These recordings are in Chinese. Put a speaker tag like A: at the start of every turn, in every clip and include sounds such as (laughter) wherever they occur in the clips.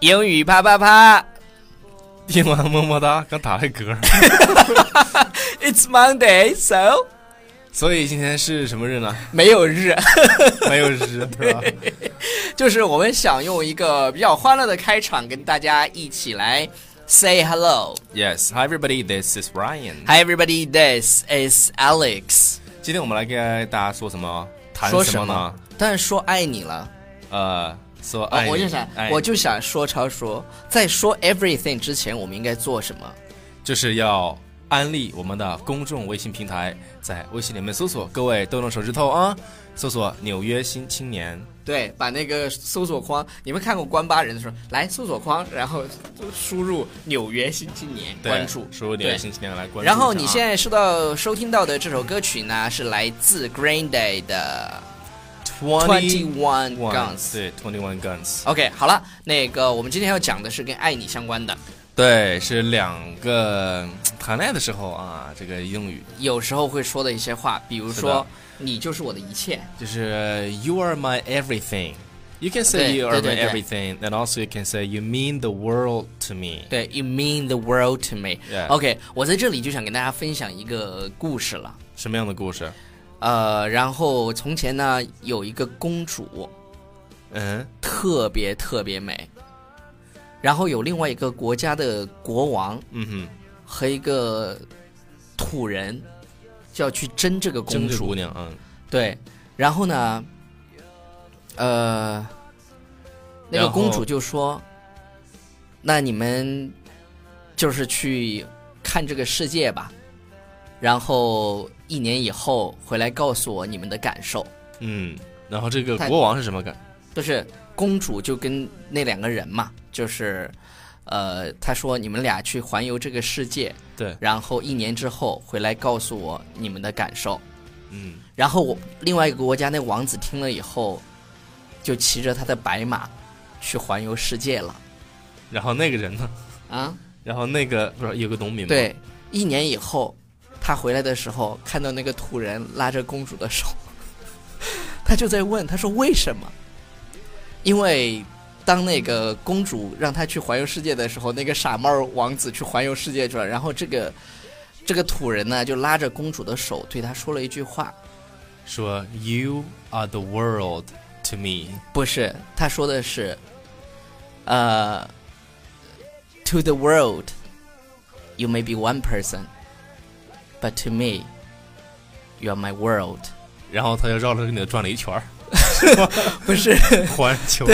A: 英语啪啪啪
B: (laughs) 听完么么哒，刚打了嗝。
A: ，It's Monday, so
B: 所以今天是什么日呢？
A: 没有日， (laughs)
B: 没有日，是吧？
A: 就是我们想用一个比较欢乐的开场跟大家一起来 say hello。
B: Yes, hi everybody, this is Ryan.
A: Hi everybody, this is Alex。
B: 今天我们来跟大家说什么？谈
A: 说
B: 什呢
A: 么？？当然说爱你了。
B: 呃，说
A: 啊
B: 爱你、
A: 我就想
B: 爱，你
A: 我就想说超说，在说 everything 之前，我们应该做什么？
B: 就是要安利我们的公众微信平台，在微信里面搜索，各位动动手指头啊，搜索“纽约新青年
A: 对，把那个搜索框，你们看过关八人的时候，来搜索框，然后输入“纽约新青年”，”，
B: 对
A: 关注，
B: 输入“纽约新青年”来关注一下啊。
A: 然后你现在收到收听到的这首歌曲呢，是来自 Green Day 的 Twenty
B: twenty
A: One
B: guns，
A: Guns。
B: 对 twenty one guns，
A: OK，好了，那个我们今天要讲的是跟爱你相关的。
B: 对，是两个嗯谈恋爱的时候啊，这个英语
A: 有时候会说的一些话，比如
B: 是的
A: 说“你就是我的一切
B: 就是呃 you are my everything。You can
A: 对
B: say you are
A: 对
B: my
A: 对
B: everything, and also you can say you mean the world to me. ”，
A: 对，“You mean the world to me”。
B: Yeah
A: OK，我在这里就想跟大家分享一个故事了。
B: 什么样的故事？
A: 呃，然后从前呢，有一个公主
B: 嗯，
A: 特别特别美，然后有另外一个国家的国王
B: 嗯
A: 和一个土人就要去争这个
B: 哼，真
A: 公
B: 是
A: 主
B: 姑，娘，嗯，
A: 对，然后呢，呃，那
B: 然
A: 个
B: 后
A: 公主就说：“那你们就是去看这个世界吧，然后一年以后回来告诉我你们的感受。”
B: 嗯，然后这个
A: 太
B: 国王是什么感？
A: 就是公主就跟那两个人嘛，就是，呃，她说你们俩去环游这个世界，
B: 对，
A: 然后一年之后回来告诉我你们的感受。
B: 嗯，
A: 然后我另外一个国家那王子听了以后，就骑着他的白马去环游世界了
B: 然后那个人呢？
A: 啊。
B: 然后那个不是有个农民吗？，
A: 对，一年以后他回来的时候，看到那个土人拉着公主的手， (laughs) 他就在问，他说为什么？因为当那个公主让他去环游世界的时候，那个傻帽王子去环游世界去了，然后这个这个土人呢就拉着公主的手对她说了一句话，
B: 说 you are the world to me。
A: 不是，他说的是，呃，to the world。You may be one person, but to me, you are my world.
B: 然后他就绕着你的转了
A: (laughs)
B: 一圈儿，
A: 不是，
B: 环球，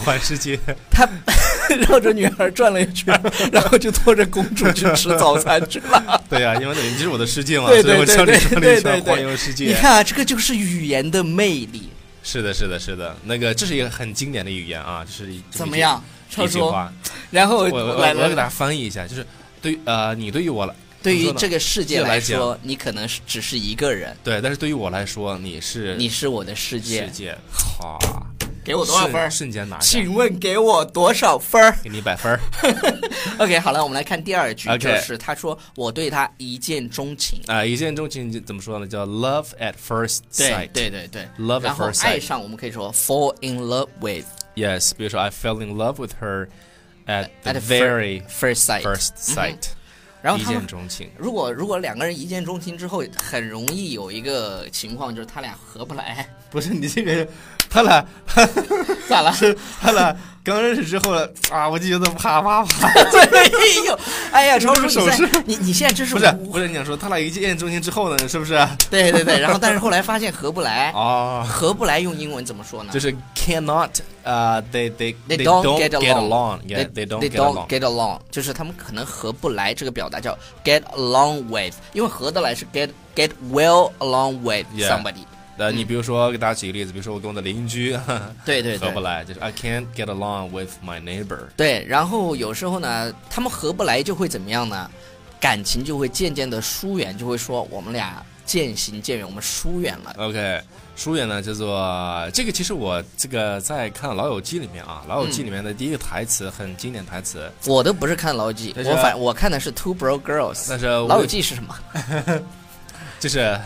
B: 环世界。
A: (laughs) 他 (laughs) 绕着女孩转了一圈， (laughs) 然后就拖着公主去吃早餐去了。
B: 对啊呀、因为等于你是我的世界嘛，
A: 对
B: 所以
A: 对
B: 我
A: 对
B: 叫你
A: 对
B: 转了
A: 对
B: 一圈儿
A: 对对
B: 环游世
A: (laughs) 你
B: 界。
A: 看啊，这个就是语言的魅力，
B: 是的，是的，是的，那个这是一个很经典的语言啊，就是一
A: 怎么？样？
B: 这么
A: 超
B: 一句一句
A: 叔，
B: 话，
A: 然后
B: 我我
A: 来
B: 我给
A: 来，
B: 大家翻译一下，就是对于呃，你对于我来，
A: 对
B: 怎
A: 于
B: 么说呢
A: 这个世界
B: 这来
A: 来
B: 讲
A: 说，你可能是只是一个人，
B: 对，但是对于我来说，你是
A: 你是我的世界
B: 世。界，哇，
A: 给我
B: 瞬？瞬间拿下，
A: 请问给我多少分儿
B: 给你一百分儿。
A: ？OK，好了，我们来看第二句
B: OK
A: 就是他说我对他一见钟情。
B: 啊、一见钟情怎么说呢？叫 love at first
A: 对
B: sight。
A: 对对对
B: Love at
A: 然后
B: first sight
A: 爱上我们可以说 fall in love with
B: Yes，比如说 I fell in love with her at the
A: at fir-
B: very
A: first sight。
B: first sight，、嗯
A: 然后
B: 一
A: 他
B: 见
A: 们
B: 钟情。
A: 如果如果两个人一见钟情之后，很容易有一个情况就是他俩合不来， (laughs)
B: 不是你这个，他俩
A: 咋了？
B: 他俩刚认识之后啊，我就觉得啪啪啪。
A: 对呦， (laughs) 哎呀，超叔，
B: 手
A: 你
B: 势
A: 在你你现在这是
B: 不是
A: 无
B: 不是，你想说他俩一见钟情之后呢，是不是？
A: 对对对，然后但是后来发现合不来，
B: 哦，
A: 合不来用英文怎么说呢？
B: 就是 cannot，呃、t h e y they
A: They
B: don't,
A: don't get along.
B: yeah, they don't
A: they
B: get along.
A: don't get along，就是他们可能合不来。这个表达叫 get along with，因为合得来是 get get well along with
B: Yeah.
A: somebody。
B: 呃，你比如说给大家举个例子，比如说我跟我的邻居
A: 对对
B: 合
A: 对
B: 不来，就是 I can't get along with my neighbor。
A: 对，然后有时候呢，他们合不来就会怎么样呢？感情就会渐渐的疏远，就会说我们俩渐行渐远，我们疏远了。
B: OK，疏远呢叫做这个，其实我这个在看《老友记》里面啊，《老友记》里面的第一个台词很经典台词，
A: 我的不是看老友记，
B: 但是
A: 我反我看的是 Two Bro Girls。
B: 但是
A: 老友
B: 我
A: 记是什么？
B: 就是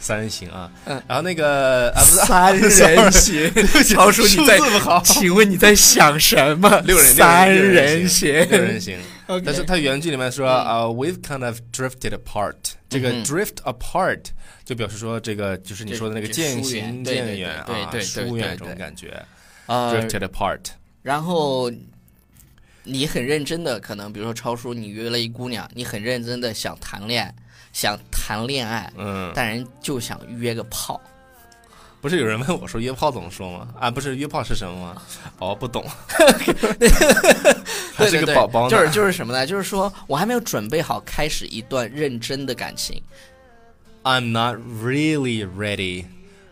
B: 三人行啊，
A: 嗯
B: 然后那个啊不是
A: 三
B: (laughs)
A: 人行， (laughs) 超叔你在
B: 数字不好，
A: 请问你在想什么？
B: 六人
A: 三
B: 六
A: 人
B: 人
A: 行，
B: 六人行。
A: (laughs) OK 嗯
B: 但是它原句里面说啊、w e v e kind of drifted apart。这个 drift apart 就表示说这个就是你说的那个
C: 就
B: 渐行
C: 疏远
B: 渐远
C: 对对
B: 啊，
C: 对对对
B: 疏远这
C: 对
B: 种感觉。
A: 呃，
B: drifted apart，
C: 然后
A: 你很认真的，可能比如说超叔，你约了一姑娘，你很认真的想谈恋爱，想谈恋爱，
B: 嗯，
A: 但人就想约个炮。
B: 不是有人问我说约炮怎么说吗？啊，不是约炮是什么
A: (laughs)
B: 吗？哦，不懂，还
A: 对
B: 是
A: 对
B: 个
A: 对，
B: 宝宝呢，
A: 就是就是什么呢？就是说我还没有准备好开始一段认真的感情。
B: I'm not really ready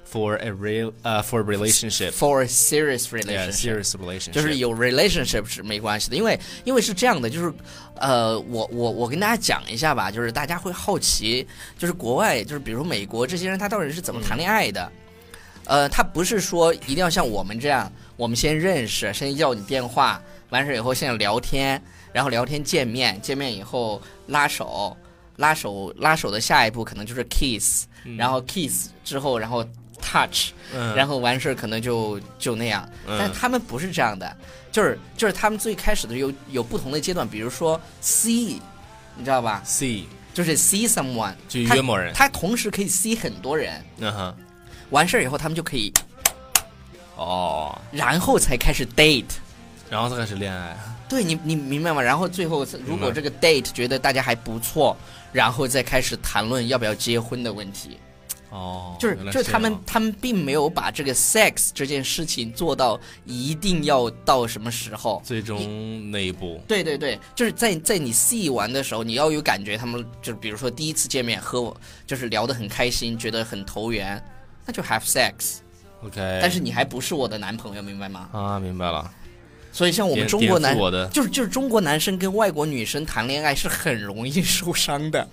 B: for a real 呃 for a relationship。
A: for a serious
B: Yeah,
A: relationship，、
B: serious relationship
A: 就是有 relationship 是没关系的，因为因为是这样的，就是呃，我我我跟大家讲一下吧，就是大家会好奇，就是国外，就是比如美国这些人，他到底是怎么
B: 嗯
A: 谈恋爱的？呃，他不是说一定要像我们这样，我们先认识，先要你电话，完事以后先聊天，然后聊天见面，见面以后拉手，拉手拉手的下一步可能就是 kiss，、
B: 嗯
A: 然后 kiss 之后，然后 touch。
B: 嗯
A: 然后完事儿可能就就那样。
B: 嗯
A: 但他们不是这样的，就是就是他们最开始的有有不同的阶段，比如说 see，你知道吧？
B: C
A: 就是 see someone，
B: 就
A: 他
B: 约某人，
A: 他同时可以 see 很多人，
B: 嗯哼，
A: 完事儿以后他们就可以，
B: 哦，
A: 然后才开始 date。
B: 然后才开始恋爱，
A: 对你，你明白吗？然后最后，如果这个 date 觉得大家还不错，然后再开始谈论要不要结婚的问题。
B: 哦，
A: 就是
B: 原来
A: 就是
B: 这
A: 他们
B: 样
A: 他们并没有把这个 sex 这件事情做到一定要到什么时候，
B: 最终那一步，
A: 对对对，就是在在你 C 玩的时候，你要有感觉，他们就是比如说第一次见面和我就是聊得很开心，觉得很投缘，那就 have sex，
B: OK，
A: 但是你还不是我的男朋友，明白吗？
B: 啊，明白了，
A: 所以像我们
B: 颠
A: 中国
B: 颠
A: 男
B: 覆，我的
A: 就是就是中国男生跟外国女生谈恋爱是很容易受伤的，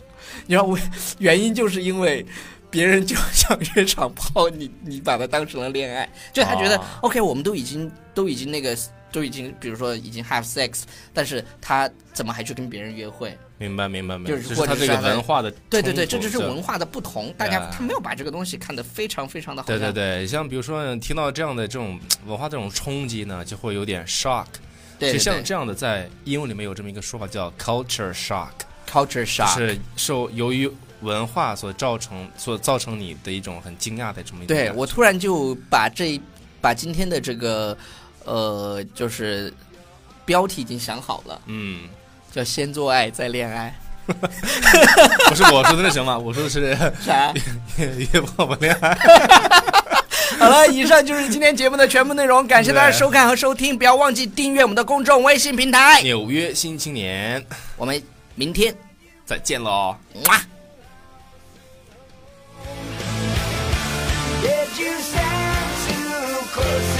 A: 你知道为原因就是因为。别人就 (laughs) 想约场炮，你你把它当成了恋爱，就他觉得、
B: 啊
A: OK，我们都已经都已经那个都已经，比如说已经 have sex，但是他怎么还去跟别人约会？
B: 明白明白明白，
A: 就是
B: 就是
A: 或者
B: 他这
A: 是
B: 个
A: 他在
B: 文化的冲突，
A: 对对对，这就是文化的不同，大家
B: 对
A: 他没有把这个东西看得非常非常的好。
B: 对对，对，像比如说听到这样的这种文化这种冲击呢，就会有点 shock。
A: 对对
B: 其实像
A: 对
B: 这样的，在英文里面有这么一个说法叫 culture shock，
A: ，culture
B: 就
A: shock，
B: 是受由于文化所造成所造成你的一种很惊讶的这么一种感
A: 对
B: 觉。
A: 我突然就把这把今天的这个呃就是标题已经想好了，
B: 嗯，
A: 叫先做爱再恋爱，
B: 不是我说的那什么，我说的是
A: 啥？
B: 约炮不恋爱。
A: 好了，以上就是今天节目的全部内容，感谢大家
B: 对
A: 收看和收听，不要忘记订阅我们的公众微信平台，
B: 纽约新青年，
A: 我们明天，
B: 再见喽。
A: 哇。
D: Did you stand too close?